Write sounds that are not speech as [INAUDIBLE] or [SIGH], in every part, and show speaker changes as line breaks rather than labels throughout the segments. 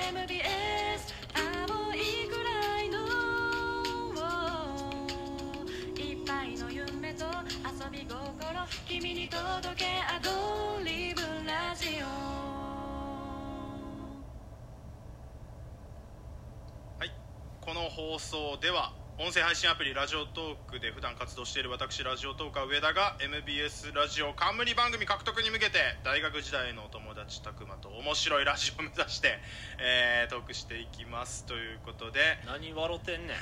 MBS 青いくらいのいっぱいの夢と遊び心君に届けアドリブラジオ
はい、この放送では音声配信アプリラジオトークで普段活動している私ラジオトーカー上田が MBS ラジオ冠番組獲得に向けて大学時代のお友達たくまと面白いラジオを目指して、えートークしていきますということで
何笑ってんねん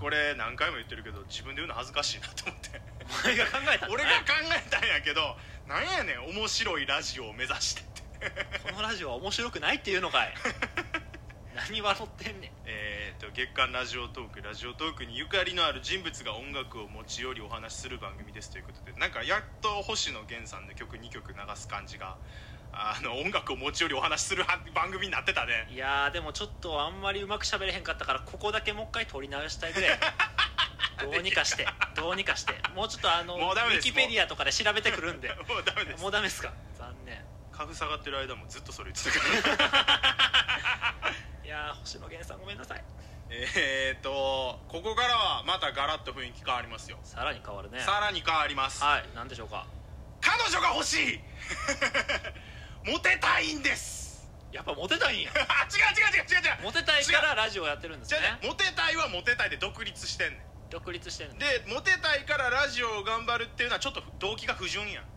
これ何回も言ってるけど自分で言うの恥ずかしいなと思って
お前が考えたん
[LAUGHS]
だ
俺が考えたんやけどなんやねん面白いラジオを目指してって
このラジオは面白くないっていう
[LAUGHS]
のかい何笑ってんねん
えー、と月刊ラジオトークラジオトークにゆかりのある人物が音楽を持ち寄りお話しする番組ですということでなんかやっと星野源さんの曲2曲流す感じがあの音楽を持ち寄りお話しするは番組になってたね [LAUGHS]
いやーでもちょっとあんまりうまく喋れへんかったからここだけもう一回撮り直したい
[LAUGHS]
ぐらいどうにかしてどうにかしてもうちょっとあのウ
もうダメ
ィ
です
キペディアとかで調べてくるんで
もうダメです
もうダメですか残念
株下がってる間もずっとそれ言ってた
[LAUGHS]
から
いやー星野源さんごめんなさい
えっとここからはまたガラッと雰囲気変わりますよ
さらに変わるね
さらに変わります
はい何でしょうか
彼女が欲しい [LAUGHS] モテたいんです [LAUGHS]
やっぱモテたいんや
あ違う違う違う違う違う
モテたいからラジオやってるんです
じゃ
ね
あねモテたいはモテたいで独立してんね
独立して
ん
るの
でモテたいからラジオを頑張るっていうのはちょっと動機が不純やん
うん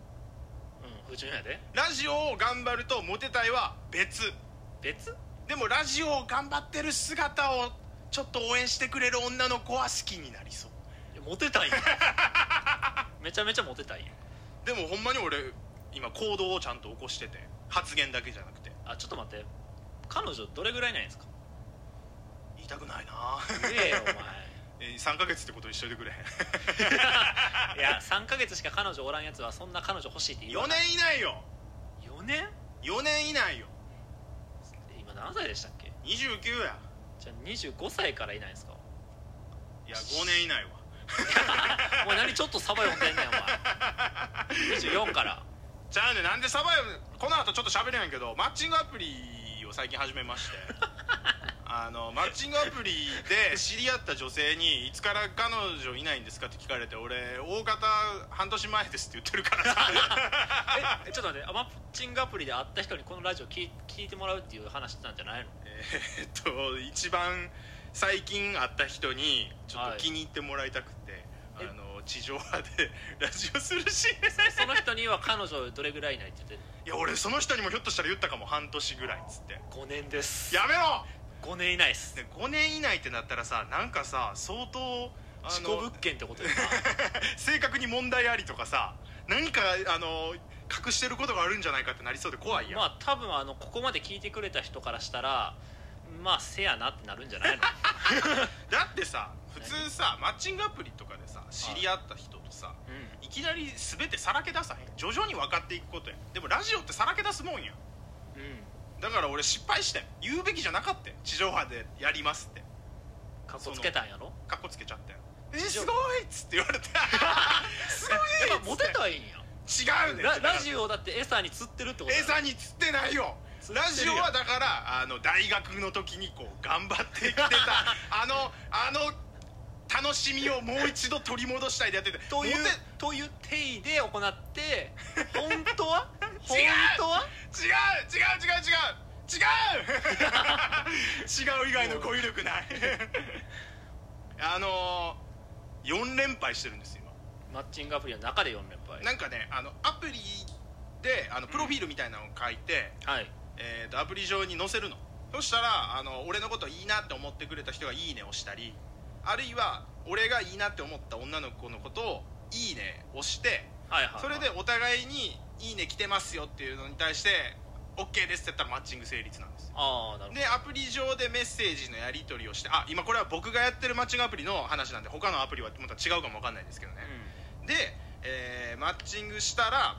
不純やで
ラジオを頑張るとモテたいは別
別
でもラジオを頑張ってる姿をちょっと応援してくれる女の子は好きになりそう
いやモ
[LAUGHS]
テたいんやめちゃめちゃモテたいんや
でもほんまに俺今行動をちゃんと起こしてて発言だけじゃなくて
あちょっと待って彼女どれぐらいなんですか
言いたくないな [LAUGHS]
ええよお前
え3ヶ月ってことにしといてくれ [LAUGHS]
いや3ヶ月しか彼女おらんやつはそんな彼女欲しいって言
4
わない
年以内よ
4年
4年以内よ
今何歳でしたっけ
29や
じゃあ25歳からいないんですかも
いや5年以内は
う何ちょっとサバ読んでんねんお前24から
じゃあねなんでサバイブこの後ちょっと喋れんやけどマッチングアプリを最近始めましてあのマッチングアプリで知り合った女性に「いつから彼女いないんですか?」って聞かれて俺大方半年前ですって言ってるからさ
えちょっと待ってアマッチングアプリで会った人にこのラジオ聞い聞いてもらうっていう話してたんじゃないの
えーっと一番最近会った人にちょっと気に入ってもらいたくて、
はい
あの地上波でラジオするしい
その人には彼女どれぐらいいないって言って
や俺その人にもひょっとしたら言ったかも半年ぐらいっつって
5年です
やめろ
5年いないっす
ね5年以内ってなったらさなんかさ相当あの
事故物件ってことですか
正確に問題ありとかさ何かあの隠してることがあるんじゃないかってなりそうで怖いやん、
まあ多分あのここまで聞いてくれた人からしたらまあせやなってなるんじ
[LAUGHS]
ゃないの
だってさ普通さマッチングアプリとかでさ知り合った人とさ、
う
いきなり全てさらけ出さへん徐々に分かっていくことやでもラジオってさらけ出すもんや
んうん
だから俺失敗してん言うべきじゃなかったよ地上波でやりますって
かっこつけたんやろ
かっこつけちゃったよえ
地上
すごいっつって言
[LAUGHS]
われてすごい
や
っつ
っぱ
っ
モ
て
テたらいいんや
違うねん
ララジオだって餌に釣ってるってことやろ
餌に釣ってないよ
釣っ
ラ
て
ジ
る
オ
よ
はだからあの大学の時にこう頑張ってきて
[LAUGHS]
たあのあの楽しみをもう一度取り戻したいでやってて
という
モテ
という定位で
[LAUGHS]
行って本当は本
違う
当は
違う違う違う違う違う
[LAUGHS]
違う以外の語彙力ないあの4連敗してるんです今
マッチングアプリの中で4連敗
なんかねあのアプリであのプロフィールみたいなのを書いて、
はい
えー、とアプリ上に載せるのそしたらあの俺のこといいなって思ってくれた人が「いいね」をしたりあるいは俺がいいなって思った女の子のことを「いいね」をして
はいはい
それでお互いに「いいね」来てますよっていうのに対して「OK です」ってやったらマッチング成立なんです
ああなるほ
でアプリ上でメッセージのやり取りをしてあ今これは僕がやってるマッチングアプリの話なんで他のアプリはまた違うかもわかんないですけどね、
ど、
で、えーマッチングしたら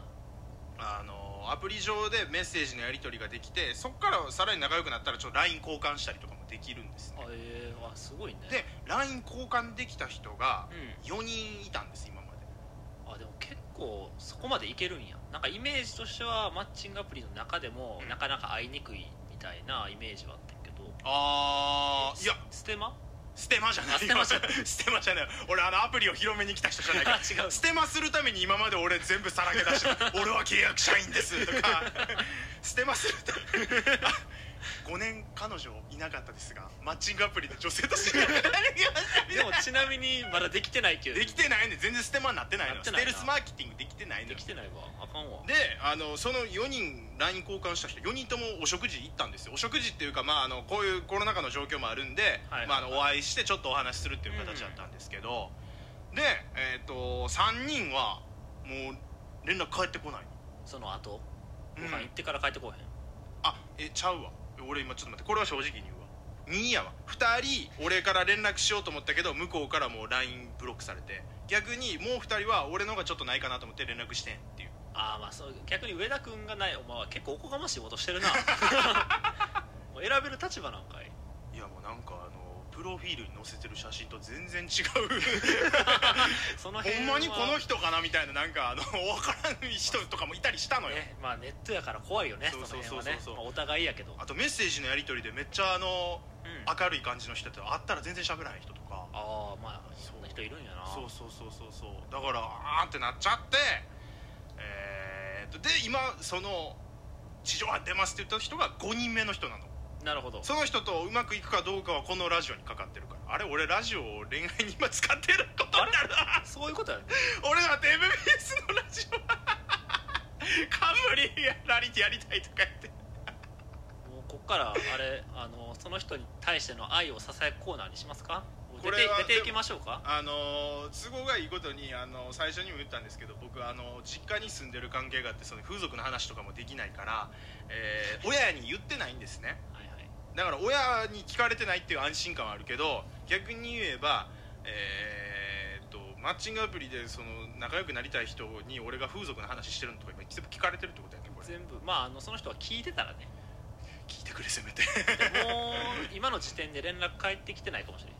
あのアプリ上でメッセージのやり取りができてそこからさらに仲良くなったらちょっと LINE 交換したりとかもできるんですね
うん、あえー、あすごいね
で LINE 交換できた人が
う
4人いたんです今まで
あでも結構そこまでいけるんやなんかイメージとしてはマッチングアプリの中でも
うん
なかなか会いにくいみたいなイメージはあったけど
あーいや
ステマ
ステマじゃない
あステマじゃない
[LAUGHS] ステマじゃない俺あのアプリを広めに来た人じゃないから
[LAUGHS] 違う
ステマするために今まで俺全部さらけ出して
[LAUGHS]
た俺は契約社員ですとかステマするため5年彼女いなかったですがマッチングアプリで女性としてやりましたみた
で
い
も
な
ちなみにまだできてないけど
できてないね全然ステマになってないの
な
よ
って
ス
ない
テ
な
ルスマーケティングできてないの
で
よ
きてないわあかんわ
であのその4人 LINE 交換した人4人ともお食事行ったんですよお食事っていうか、まあ、あのこういうコロナ禍の状況もあるんで、
はい
まあ、あのお会いしてちょっとお話しするっていう形だったんですけど、で、えっと3人はもう連絡返ってこない
その後
う
ご
ん
飯行ってから帰ってこ
あえちゃうわ俺今ちょっと待ってこれは正直に言うわ2やわ2人俺から連絡しようと思ったけど向こうからもう LINE ブロックされて逆にもう2人は俺のがちょっとないかなと思って連絡してんっていう
へんああまあそう逆に上田君がないお前は結構おこがましいこ
[LAUGHS]
としてるなもう選べる立場なんかい
いやもうなんかあのプロフィールに載せてる写真と全然違う
その辺
[LAUGHS] ほん
は
まにこの人かなみたいななんかあの分からん人とかもいたりしたのよ、
ねまあネットやから怖いよね
そ
そう
そう
の辺
そうそう
はねまあお互いやけど
あとメッセージのやり取りでめっちゃあの
うんあ
明るい感じの人と会ったら全然喋らない人とか
あーまあそんな人いるんやな
そうそうそうそうそうだからあーってなっちゃってえー、とで今その地上波出ますって言った人が5人目の人なの
なるほど
その人とうまくいくかどうかはこのラジオにかかってるからあれ俺ラジオを恋愛に今使ってること [LAUGHS] になる
そういうことやね
俺だって MBS のラジオ [LAUGHS] 冠ラリティやりたいとか言って
もうこっからあれあのその人に対しての愛を支えコーナーにしますかもう
こ
出
れ
て
は
出ていきましょうか
あのー都合がいいことに、あのー最初にも言ったんですけど僕、あのー実家に住んでる関係があってその風俗の話とかもできないから、えー親に言ってないんですね
はいはい
だから親に聞かれてないっていう安心感はあるけど逆に言えばえーっとマッチングアプリでその仲良くなりたい人に俺が風俗の話してるのとか今全部聞かれてるってことやねこれ
全部まああのその人は聞いてたらね
聞いてくれせめて [LAUGHS]
でもう今の時点で連絡返ってきてないかもしれな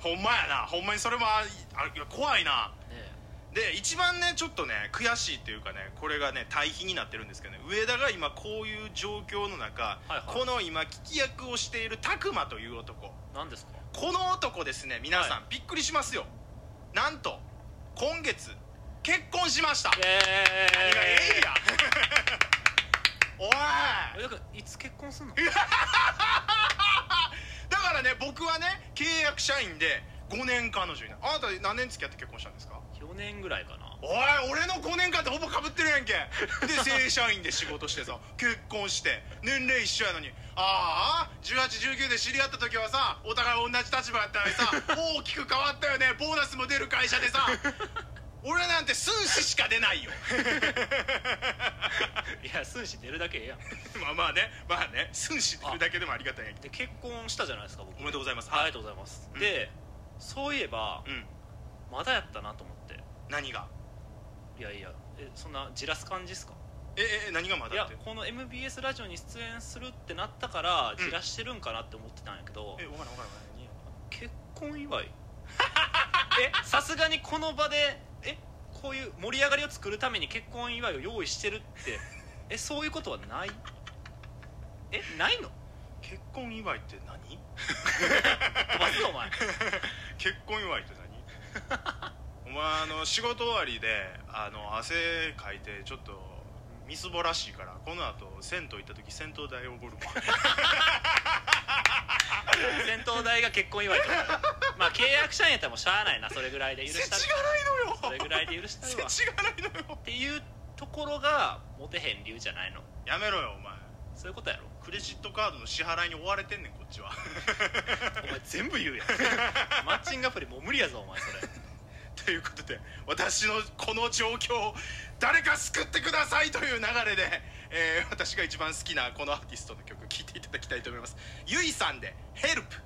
ほんまやなほんまにそれもああいや怖いない
ね
で一番ねちょっとね悔しいっていうかねこれがね対比になってるんですけどね上田が今こういう状況の中、
はいはい
この今聞き役をしている拓磨という男
何ですか
この男ですね皆さん、
は
びっくりしますよなんと今月結婚しましたい
ええ
やいやええやん [LAUGHS] おい
上田君いつ結婚すんの
だからね僕はね契約社員で5年彼女になるあなた何年付き合って結婚したんですか
4年ぐらいかな
おい俺の5年間ってほぼかぶってるやんけ [LAUGHS] で正社員で仕事してさ結婚して年齢一緒やのにああ1819で知り合った時はさお互い同じ立場やったのにさ [LAUGHS] 大きく変わったよねボーナスも出る会社でさ俺なんて寸志しか出ないよ
いや数字出るだけええやん
[LAUGHS] まあまあねまあね寸志出るだけでもありがたいやんけ
で結婚したじゃないですか僕
おめでとうございます
ありがとうございます、
うん
でそういえば
うん
まだやったなと思って
何が
いやいやえそんなじらす感じっすか
えええ何がま
い
だっ
や
て
この MBS ラジオに出演するってなったから
うん
じらしてるんかなって思ってたんやけど、
え分からん分からん何や
結婚祝い [LAUGHS] えさすがにこの場でえこういう盛り上がりを作るために結婚祝いを用意してるってえそういうことはないえないの
結婚祝いって何
飛ばすぞお
[LAUGHS]
前
結婚祝いって何 [LAUGHS] お前あの仕事終わりであの汗かいてちょっとみすぼらしいからこの後銭湯行った時銭湯代 [LAUGHS] おごるわ
戦闘代が結婚祝いとかまあ契約社員やったらもうしゃあないなそれぐらいで許したる
が
それぐらいで許したるわっ
世知がないのよ
ていうところがモテへん理由じゃないの
[LAUGHS] やめろよお前
そういうことやろ
クレジットカードの支払いに追われてんねんこっちは [LAUGHS]
お前全部言うやんマッチングアプリもう無理やぞお前それ
ということで私のこの状況を誰か救ってくださいという流れで、えー私が一番好きなこのアーティストの曲聴いていただきたいと思いますゆいさんで「ヘルプ